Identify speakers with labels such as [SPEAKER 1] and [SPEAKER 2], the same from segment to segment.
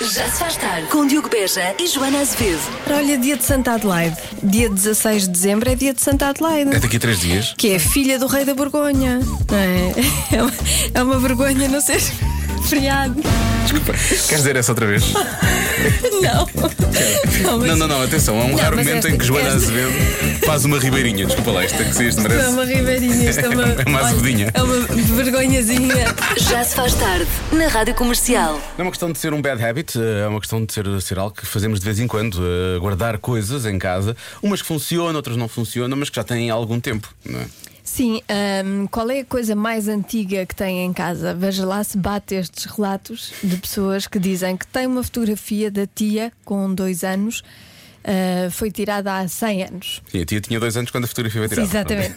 [SPEAKER 1] Já se faz tarde com Diogo Beja e Joana Azevedo.
[SPEAKER 2] Olha, dia de Santa Adelaide. Dia 16 de dezembro é dia de Santa
[SPEAKER 3] É
[SPEAKER 2] Adelaide.
[SPEAKER 3] daqui a três dias.
[SPEAKER 2] Que é filha do rei da Borgonha. não É, é, uma, é uma vergonha não ser feriado.
[SPEAKER 3] Desculpa. Queres dizer essa outra vez?
[SPEAKER 2] Ah, Não. Não, mas
[SPEAKER 3] Não, não, não, atenção. Há um
[SPEAKER 2] Não,
[SPEAKER 3] raro
[SPEAKER 2] mas
[SPEAKER 3] momento
[SPEAKER 2] esta-
[SPEAKER 3] em que Joana
[SPEAKER 2] esta-
[SPEAKER 3] Azevedo faz uma ribeirinha. Desculpa lá, isto é que se isto
[SPEAKER 2] isto é
[SPEAKER 3] merece.
[SPEAKER 2] uma ribeirinha, isto é uma.
[SPEAKER 3] É uma
[SPEAKER 2] olha,
[SPEAKER 3] azedinha.
[SPEAKER 2] É uma vergonhazinha.
[SPEAKER 1] Já se faz tarde na Rádio Comercial.
[SPEAKER 3] Não é uma questão de ser um bad habit, é uma questão de ser, ser algo que fazemos de vez em quando, eh, guardar coisas em casa, umas que funcionam, outras não funcionam, mas que já têm algum tempo, não é?
[SPEAKER 2] Sim, ahm, qual é a coisa mais antiga que tem em casa? Veja lá se bate estes relatos de pessoas que dizem que tem uma fotografia da tia com dois anos, ah, foi tirada há 100 anos.
[SPEAKER 3] Sim, a tia tinha dois anos quando a fotografia foi tirada.
[SPEAKER 2] Exatamente.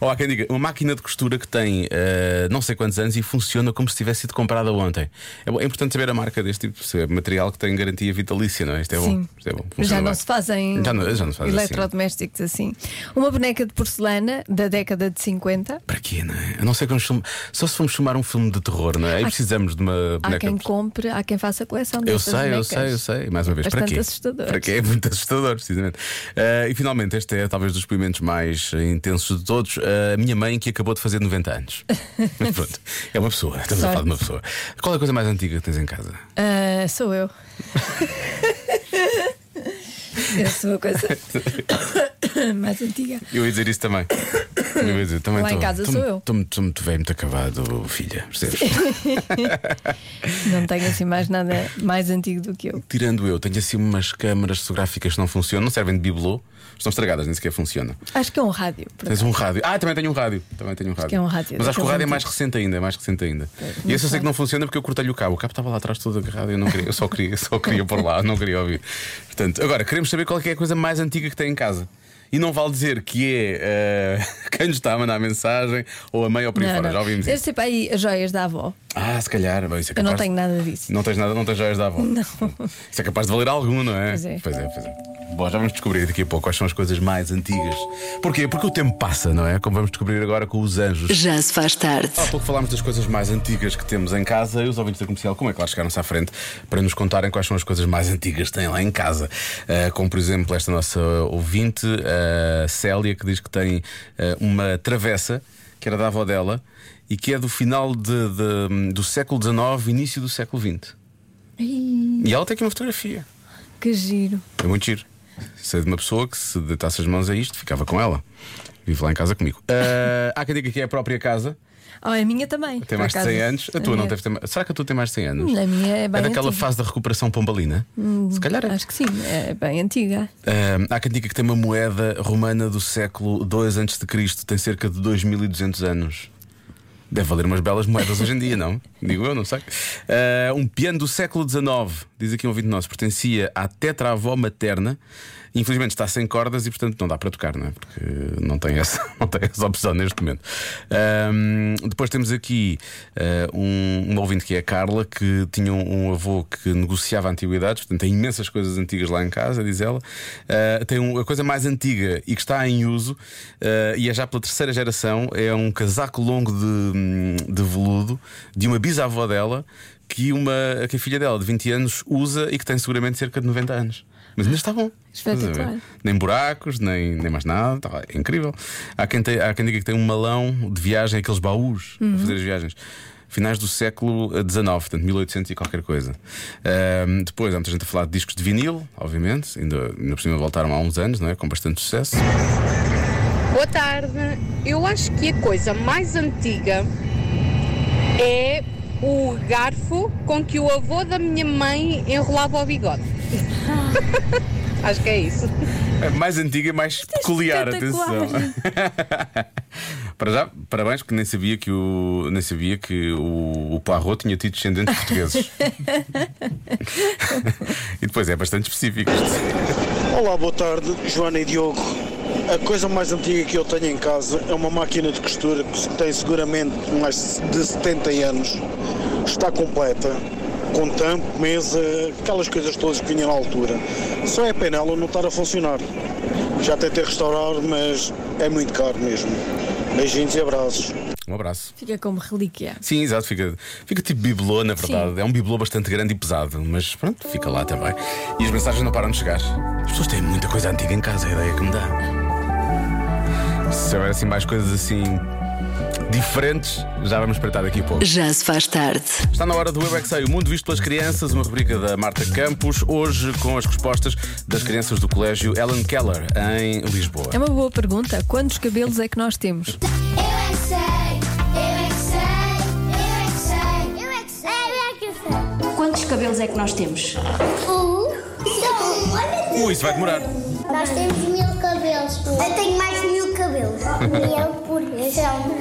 [SPEAKER 3] Ou há quem diga, uma máquina de costura que tem eh, não sei quantos anos e funciona como se tivesse sido comprada ontem. É, bom- é importante saber a marca deste tipo, se é material que tem garantia vitalícia, não é? Isto é bom.
[SPEAKER 2] Sim.
[SPEAKER 3] Isto é bom.
[SPEAKER 2] Já
[SPEAKER 3] Funciona
[SPEAKER 2] não
[SPEAKER 3] bem.
[SPEAKER 2] se fazem
[SPEAKER 3] Já não- já não se faz assim.
[SPEAKER 2] eletrodomésticos assim. Uma boneca de porcelana da década de 50.
[SPEAKER 3] Para quê, não é? A não ser que vamos filme... Só se formos filmar um filme de terror, não é? Aí precisamos de uma
[SPEAKER 2] Há
[SPEAKER 3] boneca.
[SPEAKER 2] quem compre, há quem faça coleção
[SPEAKER 3] Eu
[SPEAKER 2] destas
[SPEAKER 3] sei, eu
[SPEAKER 2] bonecas.
[SPEAKER 3] sei, eu sei. Mais uma vez, para
[SPEAKER 2] Bastante
[SPEAKER 3] quê?
[SPEAKER 2] assustador.
[SPEAKER 3] Para quê? É muito assustador, precisamente. Ah, e finalmente, este é talvez dos experimentos mais eh, intensos de todos. Ah, a minha mãe, que acabou de fazer 90 anos. Mas pronto, é uma pessoa. Estamos a falar de uma pessoa. Qual é a coisa mais antiga que tens em casa?
[SPEAKER 2] Ah, sou eu. eu sou a coisa mais antiga.
[SPEAKER 3] Eu ia dizer isso também. Eu ia dizer, também
[SPEAKER 2] Lá em
[SPEAKER 3] tô-
[SPEAKER 2] casa
[SPEAKER 3] tô-
[SPEAKER 2] sou eu.
[SPEAKER 3] tô- tô- tô muito bem, muito acabado, filha. Percebes?
[SPEAKER 2] Não tenho assim mais nada mais antigo do que eu.
[SPEAKER 3] Tirando eu, tenho assim umas câmaras fotográficas que não funcionam, não servem de bibelô, estão estragadas, nem sequer funcionam.
[SPEAKER 2] Acho que é um rádio. por
[SPEAKER 3] Tens um rádio. Ah, também tenho um rádio. Também tenho um rádio.
[SPEAKER 2] que é um rádio
[SPEAKER 3] Mas acho que o
[SPEAKER 2] daqueles
[SPEAKER 3] rádio é mais
[SPEAKER 2] antigos.
[SPEAKER 3] recente ainda, é mais recente ainda. e esse eu sei que não funciona porque eu cortei-lhe o cabo. O cabo estava lá atrás todo agarrado e eu não queria, eu só queria, eu só queria por lá, não queria ouvir. Portanto, agora queremos saber qual é que é a coisa mais antiga que tem em casa. E não vale dizer que é eh, quem nos está a mandar mensagem ou a mãe ou por aí
[SPEAKER 2] Não,
[SPEAKER 3] fora.
[SPEAKER 2] não.
[SPEAKER 3] Já ouvimos
[SPEAKER 2] Deve
[SPEAKER 3] isso.
[SPEAKER 2] ser para aí as joias da avó.
[SPEAKER 3] Ah, se calhar. Bem, isso é
[SPEAKER 2] Eu
[SPEAKER 3] capaz
[SPEAKER 2] não tenho nada disso.
[SPEAKER 3] Não tens nada, não tens joias da avó. Não. Isso é capaz de valer algum, não é?
[SPEAKER 2] Pois é.
[SPEAKER 3] Pois é, pois é. Bom, já vamos descobrir daqui a pouco quais são as coisas mais antigas. Porquê? Porque o tempo passa, não é? Como vamos descobrir agora com os anjos.
[SPEAKER 1] Já se faz tarde.
[SPEAKER 3] Há pouco falámos das coisas mais antigas que temos em casa e os ouvintes da comercial, como é que lá chegaram-se à frente para nos contarem quais são as coisas mais antigas que têm lá em casa. Ah, como, por exemplo, esta nossa ouvinte, a Célia, que diz que tem ah, uma travessa que era da avó dela e que é do final de- de- do século XIX, início do século XX.
[SPEAKER 2] Ih,
[SPEAKER 3] E ela tem aqui uma fotografia.
[SPEAKER 2] que giro.
[SPEAKER 3] É muito giro. Sei de uma pessoa que se deitasse as mãos a isto, ficava com ela. Vive lá em casa comigo. Ah, há quem diga que é a própria casa.
[SPEAKER 2] Oh, a minha também.
[SPEAKER 3] Tem
[SPEAKER 2] por
[SPEAKER 3] mais de
[SPEAKER 2] acaso. é
[SPEAKER 3] 100 anos. A tua não deve ter mais. Será que a tua tem mais de 100 anos?
[SPEAKER 2] A minha é
[SPEAKER 3] É
[SPEAKER 2] bem
[SPEAKER 3] daquela
[SPEAKER 2] antiga. Hum,
[SPEAKER 3] fase da recuperação pombalina? Se calhar é.
[SPEAKER 2] Acho que sim, é bem antiga.
[SPEAKER 3] Ah, há quem diga que tem uma moeda romana do século II a.C., tem cerca de 2200 anos. Deve valer umas belas moedas hoje em dia, não? Digo eu, não sei. Ah, um piano do século XIX, diz aqui um ouvinte nosso, pertencia à tetravó materna. Infelizmente está sem cordas e, portanto, não dá para tocar, não é? Porque não tem essa, não tem essa opção neste momento. Ahm, depois temos aqui ah, um, um ouvinte que é a Carla, que tinha um, um avô que negociava antiguidades, portanto, tem imensas coisas antigas lá em casa, diz ela. Ah, tem um- a coisa mais antiga e que está em uso, ah, e é já pela terceira geração, é um casaco longo de, hum, de veludo de uma bisavó dela que, uma, que a filha dela de 20 anos usa e que tem seguramente cerca de 90 anos. Mas ainda está bom. Estás a ver?
[SPEAKER 2] Espetacular.
[SPEAKER 3] Nem buracos, nem, nem mais nada. Tá, é incrível. Há quem, tem- há quem diga que tem um malão de viagem, aqueles baús para fazer as viagens. Finais do século XIX, portanto 1800 e qualquer coisa. Ahm, depois há muita gente a falar de discos de vinil, obviamente, ainda, ainda por cima voltaram há uns anos, não é? Com bastante sucesso.
[SPEAKER 4] Boa tarde. Eu acho que a coisa mais antiga é o garfo com que o avô da minha mãe enrolava o bigode. acho que é isso.
[SPEAKER 3] É mais antiga e mais peculiar, atenção.
[SPEAKER 2] espetacular.
[SPEAKER 3] Para já, parabéns, porque nem sabia que o, nem sabia que o, o Poirot tinha tido descendentes portugueses. e depois é bastante específico isto.
[SPEAKER 5] Olá, boa tarde, Joana e Diogo. A coisa mais antiga que eu tenho em casa é uma máquina de costura que tem seguramente mais de 70 anos. Está completa, com tampo, mesa, aquelas coisas todas que vinha na altura. Só é pena ela não estar a funcionar. Já tentei restaurar, mas é muito caro mesmo. Beijinhos e abraços.
[SPEAKER 3] Um abraço.
[SPEAKER 2] Fica como relíquia.
[SPEAKER 3] Sim, exato, fica, fica tipo bibelô, na verdade. É um bibelô bastante grande e pesado, mas pronto, fica lá também. E as mensagens não param de chegar. As pessoas têm muita coisa antiga em casa, é a ideia que me dá. Se houver assim mais coisas assim diferentes, já vamos espreitar daqui a pouco.
[SPEAKER 1] Já se faz tarde.
[SPEAKER 3] Está na hora do Eu é Que Sei, o mundo visto pelas crianças, uma rubrica da Marta Campos, hoje com as respostas das crianças do colégio Ellen Keller, em Lisboa.
[SPEAKER 2] É uma boa pergunta. Quantos cabelos é que nós temos?
[SPEAKER 6] Eu é que sei, eu é que sei, eu é que sei, eu é que sei, eu é que sei.
[SPEAKER 7] Quantos cabelos é que nós temos?
[SPEAKER 6] Um, dois,
[SPEAKER 3] Ui, isso vai demorar.
[SPEAKER 6] Nós temos mil cabelos. Eu tenho mais de mil cabelos. E eu porque são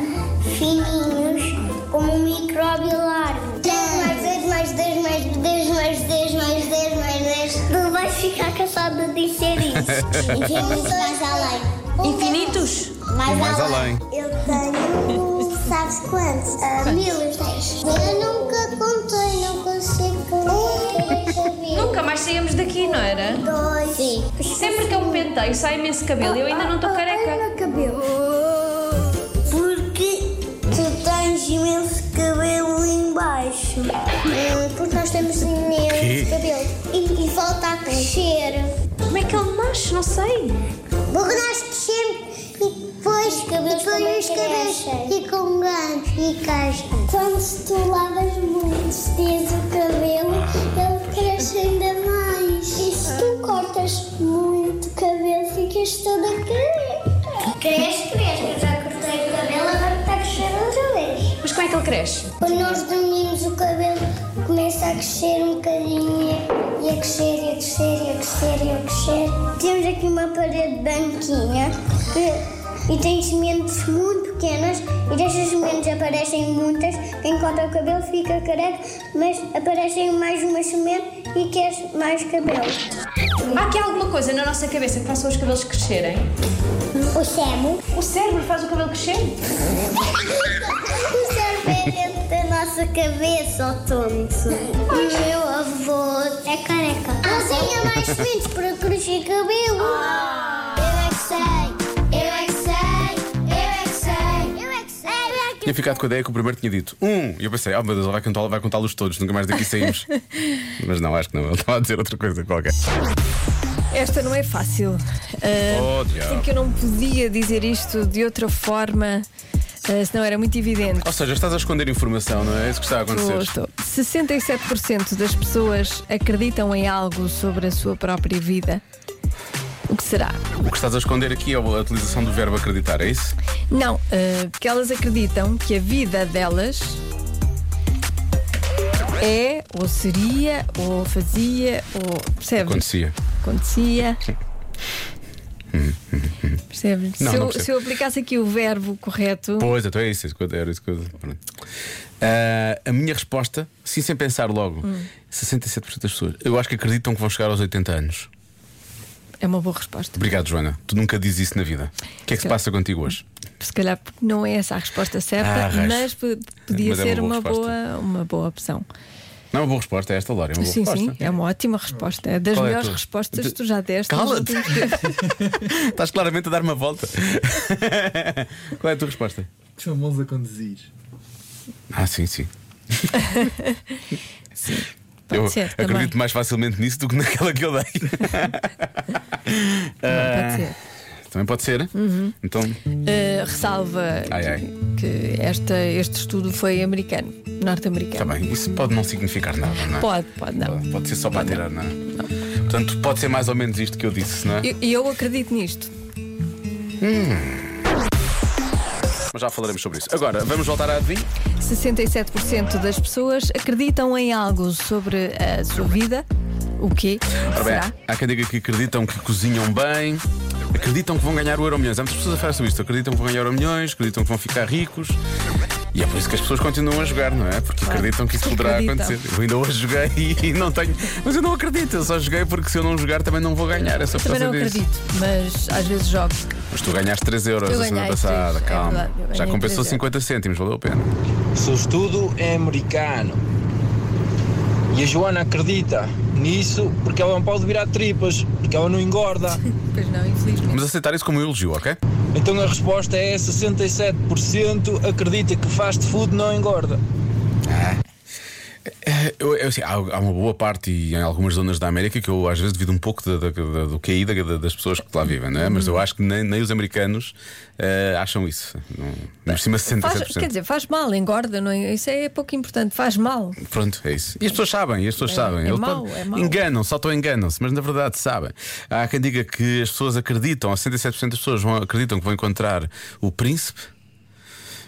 [SPEAKER 6] fininhos como um micróbio largo. 10 mais 8 mais 10 mais 10 mais 10 mais 10 mais 10. Tu vais ficar cansado de dizer isso. Infinitos mais além.
[SPEAKER 7] Infinitos?
[SPEAKER 6] Mais,
[SPEAKER 3] Mais além.
[SPEAKER 6] Eu tenho. Sabes quantos? Ah, mil e dez. Eu nunca contei, não consigo contar.
[SPEAKER 7] Nunca mais saímos daqui, não era?
[SPEAKER 6] Dois. Sim.
[SPEAKER 7] Sempre que eu me penteio, sai imenso cabelo e eu ainda não estou careca.
[SPEAKER 6] cabelo. Porque tu tens imenso cabelo embaixo. Ah, Porque nós temos imenso
[SPEAKER 3] Quê?
[SPEAKER 6] cabelo. E, e volta a crescer.
[SPEAKER 7] Como é que ele nasce? Não sei.
[SPEAKER 6] Porque nós crescemos e depois, os cabelos, depois os cabelos ficam grandes e cascam. Quando tu lavas muitos dias o cabelo, ele cresce ainda mais. E se tu cortas muito o cabelo, ficas toda careca. Cresce, cresce. Eu já cortei o cabelo, agora está a crescer outra vez.
[SPEAKER 7] Mas como é que ele cresce?
[SPEAKER 6] Quando nós dormimos, o cabelo começa a crescer um bocadinho e a crescer, e a crescer, e a crescer, e a crescer. Temos aqui uma parede branquinha que- e tem sementes muito pequenas e dessas sementes aparecem muitas. Quem corta o cabelo fica careca, mas aparecem mais uma semente e quer mais cabelo.
[SPEAKER 7] Há aqui alguma coisa na nossa cabeça que faça os cabelos crescerem?
[SPEAKER 6] O semo.
[SPEAKER 7] O cérebro faz o cabelo crescer?
[SPEAKER 6] O cérebro é dentro da nossa cabeça, ó tonto. O meu avô é careca. Assim há mais sementes para crescer cabelo. Eu é que sei, eu é que sei, eu é que sei, eu é que sei, eu é que
[SPEAKER 3] Tinha ficado com a ideia que o primeiro tinha dito um, e eu pensei, ah, meu Deus, ela vai contá-lo- vai contá-los todos, nunca mais daqui saímos. Mas não, acho que não, ele estava a dizer outra coisa qualquer.
[SPEAKER 2] Esta não é fácil. Ah,
[SPEAKER 3] Oh, diabo.
[SPEAKER 2] porque eu não podia dizer isto de outra forma, ah, senão era muito evidente.
[SPEAKER 3] Ou seja, estás a esconder informação, não é? É isso que está a acontecer.
[SPEAKER 2] Estou- 67% das pessoas acreditam em algo sobre a sua própria vida. O que será?
[SPEAKER 3] O que estás a esconder aqui é a utilização do verbo acreditar, é isso?
[SPEAKER 2] Não, ah, porque elas acreditam que a vida delas é, ou seria, ou fazia, ou. Percebe?
[SPEAKER 3] Acontecia.
[SPEAKER 2] acontecia. Percebe?
[SPEAKER 3] Não,
[SPEAKER 2] se,
[SPEAKER 3] não
[SPEAKER 2] eu,
[SPEAKER 3] percebo.
[SPEAKER 2] se eu aplicasse aqui o verbo correto,
[SPEAKER 3] Pois, então é isso, é isso que eu- era isso que eu- pronto. Ah, a minha resposta, sim, sem pensar logo,
[SPEAKER 2] Hum.
[SPEAKER 3] 67% das pessoas, eu acho que acreditam que vão chegar aos 80 anos.
[SPEAKER 2] é uma boa resposta.
[SPEAKER 3] Obrigado, Joana. Tu nunca dizes isso na vida. O que é que se passa contigo hoje?
[SPEAKER 2] Se calhar porque não é essa a resposta certa,
[SPEAKER 3] Ah, raios.
[SPEAKER 2] mas po- podia
[SPEAKER 3] Mas é uma
[SPEAKER 2] ser
[SPEAKER 3] boa
[SPEAKER 2] uma boa,
[SPEAKER 3] resposta.
[SPEAKER 2] uma boa opção.
[SPEAKER 3] Não é uma boa resposta, é esta, Laura. É uma boa
[SPEAKER 2] sim,
[SPEAKER 3] resposta.
[SPEAKER 2] sim, é uma ótima resposta. É das
[SPEAKER 3] Qual é a
[SPEAKER 2] melhores
[SPEAKER 3] tua?
[SPEAKER 2] respostas
[SPEAKER 3] De-
[SPEAKER 2] que tu já deste. nos
[SPEAKER 3] Cala-te!
[SPEAKER 2] últimos tempos.
[SPEAKER 3] Estás claramente a dar uma volta. Qual é a tua resposta?
[SPEAKER 8] Chamou-los a conduzir.
[SPEAKER 3] Ah, sim, sim.
[SPEAKER 2] Pode
[SPEAKER 3] eu
[SPEAKER 2] ser,
[SPEAKER 3] acredito
[SPEAKER 2] também.
[SPEAKER 3] mais facilmente nisso do que naquela que eu dei. Ah.
[SPEAKER 2] Não, pode ser.
[SPEAKER 3] Também pode ser.
[SPEAKER 2] Uhum.
[SPEAKER 3] Então,
[SPEAKER 2] Eh, ressalva
[SPEAKER 3] Ai, ai.
[SPEAKER 2] que esta, este estudo foi americano, norte-americano.
[SPEAKER 3] está tá bem. Isso pode não significar nada, não é?
[SPEAKER 2] Pode, pode não.
[SPEAKER 3] Pode, pode ser só para tirar, não é? Portanto, pode ser mais ou menos isto que eu disse, não é?
[SPEAKER 2] E eu, eu acredito nisto.
[SPEAKER 3] Mas já falaremos sobre isso. Agora, vamos voltar à adivinha?
[SPEAKER 2] 67% das pessoas acreditam em algo sobre a sua vida. O quê?
[SPEAKER 3] Ora bem,
[SPEAKER 2] Será?
[SPEAKER 3] há quem diga que acreditam que cozinham bem, acreditam que vão ganhar o Euro Milhões. Há muitas pessoas a falar sobre isto. Acreditam que vão ganhar Euro Milhões, acreditam que vão ficar ricos. E é por isso que as pessoas continuam a jogar, não é? Porque acreditam que isso poderá
[SPEAKER 2] Acreditam.
[SPEAKER 3] acontecer. Eu ainda hoje joguei e não tenho. Mas eu não acredito, eu só joguei porque se eu não jogar também não vou ganhar. É só por
[SPEAKER 2] Também
[SPEAKER 3] causa
[SPEAKER 2] não
[SPEAKER 3] disso.
[SPEAKER 2] acredito, mas às vezes jogo.
[SPEAKER 3] Mas tu ganhaste 3 euros
[SPEAKER 2] Eu
[SPEAKER 3] a semana
[SPEAKER 2] ganhei
[SPEAKER 3] passada,
[SPEAKER 2] três, é
[SPEAKER 3] calma.
[SPEAKER 2] verdade, eu
[SPEAKER 3] Já
[SPEAKER 2] ganhei
[SPEAKER 3] compensou
[SPEAKER 2] três euros.
[SPEAKER 3] 50 cêntimos, valeu a pena.
[SPEAKER 9] O seu estudo é americano. E a Joana acredita nisso porque é um ela não pode virar tripas, porque ela não engorda.
[SPEAKER 2] Pois não, infelizmente.
[SPEAKER 3] Vamos aceitar isso como um elogio, ok?
[SPEAKER 9] Então a resposta é 67% acredita que fast food não engorda.
[SPEAKER 3] Eu, eu, assim, há, há uma boa parte e em algumas zonas da América que eu às vezes devido um pouco da- da- da- do QI da, da- das pessoas que lá vivem, não é? Mas
[SPEAKER 2] Uhum.
[SPEAKER 3] eu acho que nem, nem os americanos eh, acham isso. Não, por cima de 67%.
[SPEAKER 2] Faz, quer dizer, faz mal, engorda, não é? Isso é pouco importante, faz mal.
[SPEAKER 3] Pronto, é isso. E as pessoas sabem, e as pessoas sabem.
[SPEAKER 2] é
[SPEAKER 3] Eles
[SPEAKER 2] mau,
[SPEAKER 3] podem-
[SPEAKER 2] é mau.
[SPEAKER 3] Enganam-se, autoenganam-se, mas na verdade sabem. Há quem diga que as pessoas acreditam, 67% das pessoas vão, acreditam que vão encontrar o príncipe,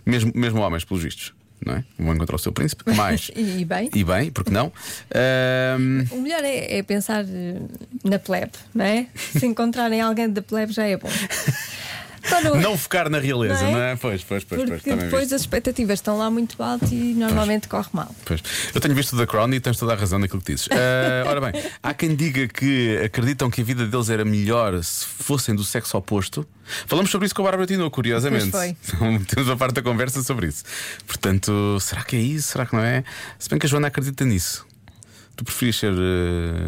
[SPEAKER 3] mesmo, mesmo homens, pelos vistos, não é? Vão encontrar o seu príncipe, mais.
[SPEAKER 2] E, e bem,
[SPEAKER 3] E bem, porque não? Ahm,
[SPEAKER 2] o melhor é, é pensar eh, na plebe, não é? Se encontrarem alguém da plebe já é bom. Só no-
[SPEAKER 3] não focar na realeza, não
[SPEAKER 2] Não
[SPEAKER 3] é?
[SPEAKER 2] é?
[SPEAKER 3] Pois, pois, pois, pois,
[SPEAKER 2] Porque
[SPEAKER 3] está bem
[SPEAKER 2] depois
[SPEAKER 3] visto.
[SPEAKER 2] as expectativas estão lá muito altas e normalmente corre mal.
[SPEAKER 3] Pois. Eu tenho visto o The Crown e tens toda a razão naquilo que dizes. Ah, ora bem, há quem diga que acreditam que a vida deles era melhor se fossem do sexo oposto. Falamos sobre isso com a Bárbara Tino, curiosamente. Então,
[SPEAKER 2] Pois
[SPEAKER 3] Temos uma parte da conversa sobre isso. Portanto, será que é isso? Será que não é? Se bem que a Joana acredita nisso. Tu preferias ser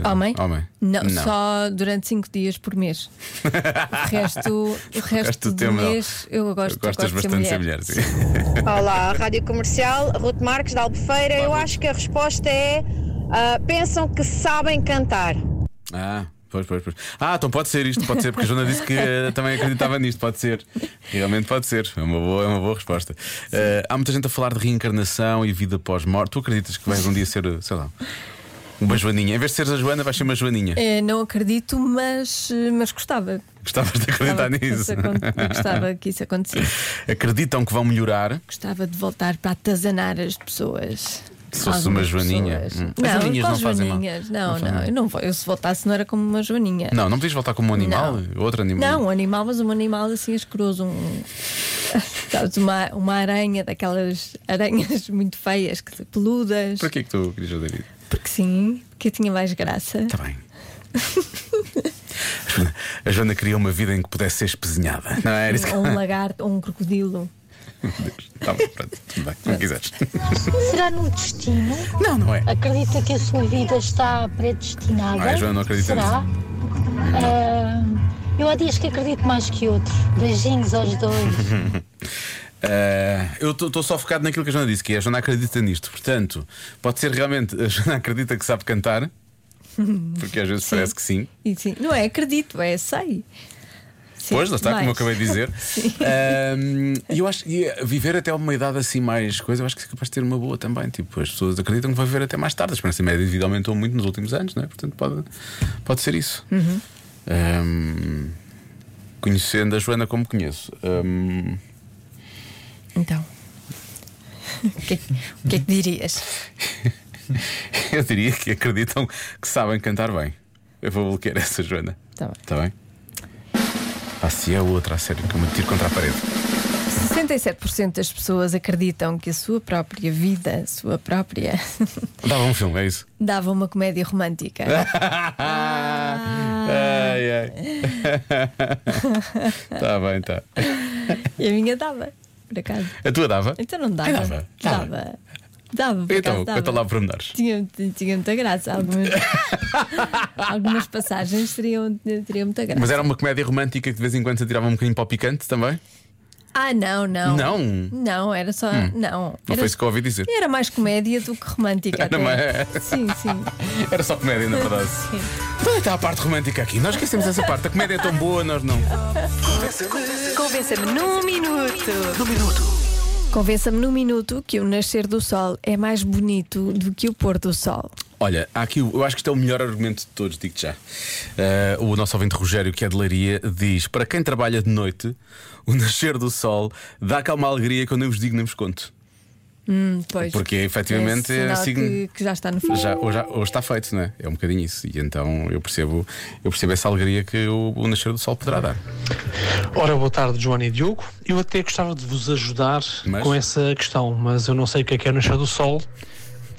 [SPEAKER 3] ah,
[SPEAKER 2] Homem?
[SPEAKER 3] homem?
[SPEAKER 2] Não, só durante 5 dias por mês. O resto, o resto
[SPEAKER 3] do
[SPEAKER 2] do,
[SPEAKER 3] tempo, não.
[SPEAKER 2] mês eu gosto, eu
[SPEAKER 3] Gostas
[SPEAKER 2] gosto
[SPEAKER 3] bastante de ser
[SPEAKER 2] mulher.
[SPEAKER 3] mulher, sim.
[SPEAKER 8] Olá, Rádio Comercial, Ruth Marques da Albufeira. Eu acho que a resposta é ah, pensam que sabem cantar.
[SPEAKER 3] Ah, pois, pois, pois. Ah, então pode ser isto, pode ser, porque a Joana disse que eh, também acreditava nisto, pode ser. Realmente pode ser, é uma boa, é uma boa resposta. Eh, há muita gente a falar de reencarnação e vida pós-morte. Tu acreditas que vais um dia ser, sei lá, uma Joaninha? Em vez de seres a Joana, vais ser uma Joaninha.
[SPEAKER 2] Eh, não acredito, mas, eh, mas gostava.
[SPEAKER 3] Gostavas de acreditar
[SPEAKER 2] Gostava que
[SPEAKER 3] nisso.
[SPEAKER 2] isso aconte- Gostava que isso acontecesse.
[SPEAKER 3] Acreditam que vão melhorar.
[SPEAKER 2] Gostava de voltar para atazanar as pessoas.
[SPEAKER 3] Se fosse uma
[SPEAKER 2] Algumas
[SPEAKER 3] joaninha.
[SPEAKER 2] pessoas.
[SPEAKER 3] Hum. As
[SPEAKER 2] Não,
[SPEAKER 3] joaninhas
[SPEAKER 2] com
[SPEAKER 3] não
[SPEAKER 2] as
[SPEAKER 3] fazem mal.
[SPEAKER 2] joaninhas.
[SPEAKER 3] Não
[SPEAKER 2] Não,
[SPEAKER 3] fazem
[SPEAKER 2] não,
[SPEAKER 3] mal.
[SPEAKER 2] eu não vou. Eu se voltasse não era como uma joaninha.
[SPEAKER 3] Não, não podias voltar como um animal? Outro animal?
[SPEAKER 2] Não, um animal, mas um animal assim escroso, um. Sabes, uma, uma aranha, daquelas aranhas muito feias, que- peludas.
[SPEAKER 3] Para que é que tu querias fazer isso?
[SPEAKER 2] Porque sim, porque tinha mais graça.
[SPEAKER 3] Está bem. A Joana- A Joana queria uma vida em que pudesse ser espesinhada, não é? Era isso que
[SPEAKER 2] Ou um lagarto, ou um crocodilo.
[SPEAKER 3] Tá bom, pronto, tudo Tá bem, como quiseres.
[SPEAKER 10] Será no destino?
[SPEAKER 3] Não, não é.
[SPEAKER 10] Acredita que a sua vida está predestinada?
[SPEAKER 3] Ai, Ah, Joana, não acredito
[SPEAKER 10] Será? Ah, eu há dias que acredito mais que outro. Beijinhos aos dois.
[SPEAKER 3] Ah, eu estou só focado naquilo que a Joana disse, que é a Joana acredita nisto. Portanto, pode ser realmente a Joana acredita que sabe cantar, porque às vezes parece que sim.
[SPEAKER 2] E sim, não é acredito, é sei. Sim,
[SPEAKER 3] pois, lá está, como eu
[SPEAKER 2] mais.
[SPEAKER 3] acabei de dizer. Ah, E eu acho que viver até uma idade assim mais coisa, eu acho que é capaz de ter uma boa também. Tipo, as pessoas acreditam que vai viver até mais tarde. A esperança média de vida aumentou muito nos últimos anos, não é? Portanto, pode, pode ser isso.
[SPEAKER 2] Uhum.
[SPEAKER 3] Ah, conhecendo a Joana como conheço. ah,
[SPEAKER 2] Então. O que, é que- o que é que dirias?
[SPEAKER 3] Eu diria que acreditam que sabem cantar bem. Eu vou bloquear essa, Joana.
[SPEAKER 2] Tá bem.
[SPEAKER 3] Tá bem? Pá, se é outra, a sério, que eu me tiro contra a parede.
[SPEAKER 2] 67% das pessoas acreditam que a sua própria vida, a sua própria,
[SPEAKER 3] Dava um filme, é isso?
[SPEAKER 2] dava uma comédia romântica.
[SPEAKER 3] É. ai, ai. tá bem, tá.
[SPEAKER 2] E a minha dava, por acaso.
[SPEAKER 3] A tua dava?
[SPEAKER 2] Então não dava.
[SPEAKER 3] Ai, dava, dava.
[SPEAKER 2] Dava. Dava, por
[SPEAKER 3] Então,
[SPEAKER 2] acaso dava.
[SPEAKER 3] conta lá para menores.
[SPEAKER 2] Tinha, tinha muita graça. Algumas, algumas passagens teriam, teriam muita graça.
[SPEAKER 3] Mas era uma comédia romântica que de vez em quando se tirava um bocadinho para o picante também?
[SPEAKER 2] Ah, não, não.
[SPEAKER 3] Não?
[SPEAKER 2] Não, era só. Não.
[SPEAKER 3] Hum. Não
[SPEAKER 2] era,
[SPEAKER 3] foi isso que eu ouvi dizer.
[SPEAKER 2] era mais comédia do que romântica.
[SPEAKER 3] Era
[SPEAKER 2] até.
[SPEAKER 3] mais-
[SPEAKER 2] Sim, sim.
[SPEAKER 3] Era só comédia, na verdade. Então está a parte romântica aqui. Nós esquecemos essa parte. A comédia é tão boa, nós não.
[SPEAKER 1] Convença-me num minuto.
[SPEAKER 2] Convença-me num minuto que o nascer do sol é mais bonito do que o pôr do sol.
[SPEAKER 3] Olha, há aqui, eu acho que este é o melhor argumento de todos, digo-te já. Eh, o nosso ouvinte Rogério, que é de Leiria, diz: Para quem trabalha de noite, o nascer do sol dá cá uma alegria que eu nem vos digo nem vos conto.
[SPEAKER 2] Pois.
[SPEAKER 3] Porque, efetivamente, é
[SPEAKER 2] é sinal
[SPEAKER 3] signo-
[SPEAKER 2] que, que já está no fim.
[SPEAKER 3] Já, hoje, hoje está feito, não é? É um bocadinho isso. E então eu percebo, eu percebo essa alegria que o, o nascer do sol poderá dar.
[SPEAKER 11] Ora, boa tarde, Joana e Diogo. Eu até gostava de vos ajudar
[SPEAKER 3] Mas?
[SPEAKER 11] com essa questão, mas eu não sei o que é que é o nascer do sol,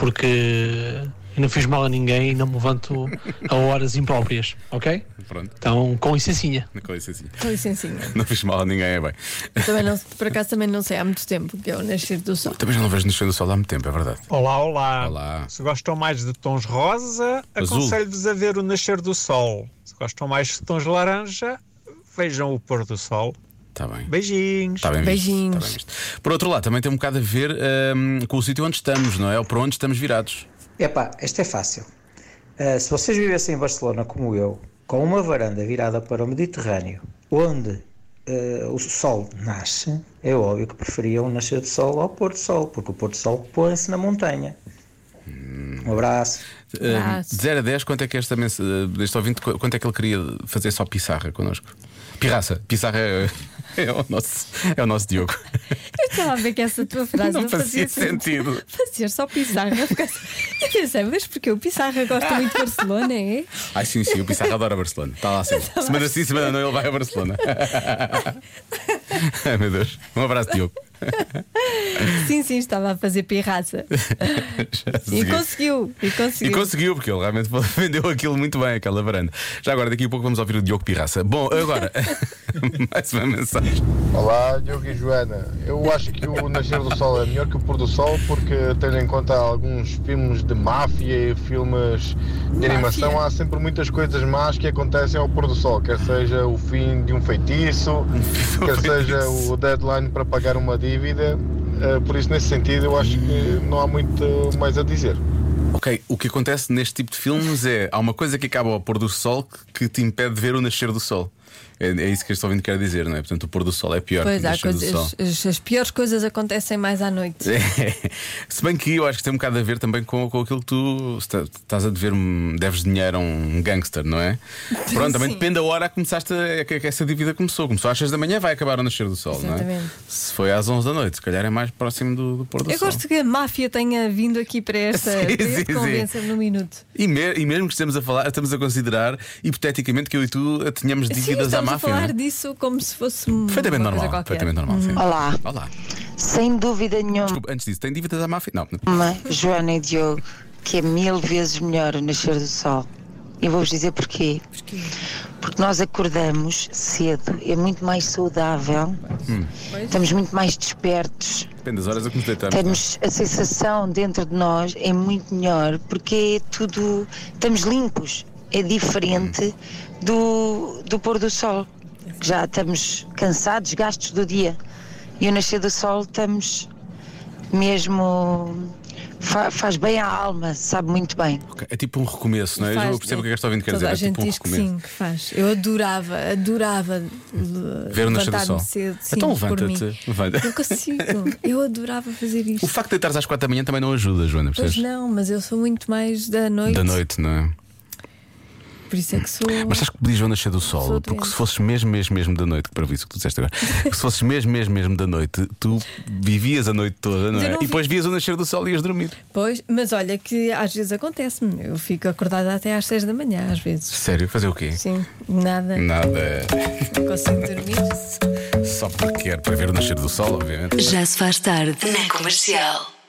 [SPEAKER 11] porque eu não fiz mal a ninguém e não me levanto a horas impróprias, ok?
[SPEAKER 3] Pronto,
[SPEAKER 11] Então, com licencinha.
[SPEAKER 3] com licencinha.
[SPEAKER 2] Com licencinha.
[SPEAKER 3] Não fiz mal a ninguém, é bem.
[SPEAKER 2] Também não, por acaso também não sei há muito tempo que é o nascer do sol.
[SPEAKER 3] Também já não vejo nascer do sol há muito tempo, é verdade.
[SPEAKER 12] Olá, olá.
[SPEAKER 3] Olá.
[SPEAKER 12] Se gostam mais de tons rosa,
[SPEAKER 3] Azul.
[SPEAKER 12] aconselho-vos a ver o nascer do sol. Se gostam mais de tons laranja, vejam o pôr do sol.
[SPEAKER 3] Está bem.
[SPEAKER 12] Beijinhos.
[SPEAKER 3] Está bem visto,
[SPEAKER 2] Beijinhos.
[SPEAKER 3] está bem visto. Por outro lado, também tem um bocado a ver hum, com o sítio onde estamos, não é? Ou para onde estamos virados.
[SPEAKER 13] Epá, esta é fácil. Ah, se vocês vivessem em Barcelona como eu, com uma varanda virada para o Mediterrâneo, onde ah, o sol nasce, é óbvio que preferiam o nascer do sol ao pôr do sol, porque o pôr do sol põe-se na montanha. Um abraço.
[SPEAKER 3] Hum, de 0 a 10, quanto é que esta mens- eh, deste ouvinte, qu- quanto é que ele queria fazer só pissarra connosco? Pirraça, pissarra é, é o, nosso, é o nosso Diogo.
[SPEAKER 2] Eu estava a ver que essa tua frase não,
[SPEAKER 3] Não fazia sentido.
[SPEAKER 2] Fazia só pissarra. Eu fiquei assim- eu pensei, mas porque o pissarra gosta muito de Barcelona, é?
[SPEAKER 3] Ai sim, sim, o Pissarra adora Barcelona. Está lá sempre.
[SPEAKER 2] Está lá.
[SPEAKER 3] Semana sim, semana não, ele vai a Barcelona. Ai meu Deus. Um abraço, Diogo.
[SPEAKER 2] Sim, sim, estava a fazer pirraça.
[SPEAKER 3] Já a
[SPEAKER 2] E
[SPEAKER 3] seguir.
[SPEAKER 2] conseguiu, e
[SPEAKER 3] E
[SPEAKER 2] conseguiu.
[SPEAKER 3] conseguiu, porque ele realmente vendeu aquilo muito bem, aquela varanda. Já agora, daqui a pouco vamos ouvir o Diogo Pirraça. Bom, agora, mais uma mensagem.
[SPEAKER 14] Olá, Diogo e Joana. Eu acho que o nascer do sol é melhor que o pôr do sol porque, tendo em conta alguns filmes de máfia e filmes de animação, há sempre muitas coisas más que acontecem ao pôr do sol. Quer seja o fim de um feitiço, quer seja o deadline para pagar uma dívida. Eh, Por isso, nesse sentido, eu acho que não há muito mais a dizer.
[SPEAKER 3] Ok, o que acontece neste tipo de filmes é há uma coisa que acaba ao pôr do sol que- que te impede de ver o nascer do sol. É, é isso que este ouvinte quer dizer, não é? Portanto, o pôr do sol é pior
[SPEAKER 2] Pois
[SPEAKER 3] que o
[SPEAKER 2] há
[SPEAKER 3] nascer do sol.
[SPEAKER 2] coisas, as, as piores coisas acontecem mais à noite.
[SPEAKER 3] É. Se bem que eu acho que tem um bocado a ver também com, com aquilo que tu está- estás a dever, um- deves dinheiro a um gangster, não é? Pronto, também
[SPEAKER 15] Sim.
[SPEAKER 3] depende da hora que começaste a- que que essa dívida começou. Começou às 6 da manhã, vai acabar ao nascer do sol, não é?
[SPEAKER 2] Exatamente.
[SPEAKER 3] Se foi às 11 da noite, se calhar é mais próximo do, do pôr do
[SPEAKER 2] Eu
[SPEAKER 3] sol.
[SPEAKER 2] gosto que a máfia tenha vindo aqui para esta
[SPEAKER 3] É, Sim,
[SPEAKER 2] para
[SPEAKER 3] sim,
[SPEAKER 2] este
[SPEAKER 3] sim.
[SPEAKER 2] convença-me no minuto.
[SPEAKER 3] E, me- e mesmo que estamos a falar, estamos a considerar hipoteticamente que eu e tu eh, tínhamos
[SPEAKER 2] Sim,
[SPEAKER 3] dívidas
[SPEAKER 2] estamos
[SPEAKER 3] à
[SPEAKER 2] a
[SPEAKER 3] máfia.
[SPEAKER 2] falar
[SPEAKER 3] não é?
[SPEAKER 2] disso como se fosse uma
[SPEAKER 3] Perfeitamente
[SPEAKER 2] coisa
[SPEAKER 3] normal.
[SPEAKER 2] qualquer.
[SPEAKER 3] Perfeitamente normal sim.
[SPEAKER 16] Olá.
[SPEAKER 3] Olá.
[SPEAKER 16] Sem dúvida nenhuma,
[SPEAKER 3] Desculpa, antes disso, tem dívidas à máfia? Não.
[SPEAKER 16] Joana e Diogo, que é mil vezes melhor o nascer do sol. E vou-vos dizer porquê. Porque nós acordamos cedo, é muito mais saudável,
[SPEAKER 3] Hum.
[SPEAKER 16] estamos muito mais despertos,
[SPEAKER 3] Depende das horas a que nos deitamos.
[SPEAKER 16] temos a sensação dentro de nós é muito melhor, porque é tudo. estamos limpos, é diferente do, do pôr do sol. que Já estamos cansados, gastos do dia. E o nascer do sol estamos mesmo. fa- faz bem à alma, sabe muito bem.
[SPEAKER 3] Ok, É tipo um recomeço, não é?
[SPEAKER 2] Faz,
[SPEAKER 3] eu percebo o
[SPEAKER 2] né?
[SPEAKER 3] que é que este ouvinte quer
[SPEAKER 2] Toda
[SPEAKER 3] dizer.
[SPEAKER 2] a
[SPEAKER 3] É
[SPEAKER 2] gente
[SPEAKER 3] tipo um
[SPEAKER 2] diz que
[SPEAKER 3] recomeço.
[SPEAKER 2] sim, que faz. Eu adorava, adorava l-
[SPEAKER 3] Ver o nascer do
[SPEAKER 2] levantar-me
[SPEAKER 3] sol.
[SPEAKER 2] cedo. Sim,
[SPEAKER 3] então
[SPEAKER 2] por mim.
[SPEAKER 3] levanta-te. Levanta.
[SPEAKER 2] Não consigo. Eu adorava fazer
[SPEAKER 3] O
[SPEAKER 2] isto.
[SPEAKER 3] facto de deitares às quatro da manhã também não ajuda, Joana,
[SPEAKER 2] Pois
[SPEAKER 3] percebes?
[SPEAKER 2] não, mas eu sou muito mais da noite.
[SPEAKER 3] Da noite, não é?
[SPEAKER 2] Por isso é que sou.
[SPEAKER 3] Mas sabes que podias nascer do sol?
[SPEAKER 2] Sou
[SPEAKER 3] porque
[SPEAKER 2] doente.
[SPEAKER 3] se fosses mesmo, mesmo, mesmo da noite, que para isso que tu disseste agora, se fosses mesmo, mesmo, mesmo da noite, tu vivias a noite toda, não
[SPEAKER 2] Eu
[SPEAKER 3] é?
[SPEAKER 2] não
[SPEAKER 3] E
[SPEAKER 2] vi-
[SPEAKER 3] depois vias o nascer do sol e ias dormir.
[SPEAKER 2] Pois, mas olha que às vezes acontece-me. Eu fico acordada até às 6 da manhã, às vezes.
[SPEAKER 3] Sério, fazer o quê?
[SPEAKER 2] Sim, nada.
[SPEAKER 3] Nada.
[SPEAKER 2] Não consigo dormir.
[SPEAKER 3] Só porque quer, para ver o nascer do sol, obviamente.
[SPEAKER 1] Já se faz tarde na comercial.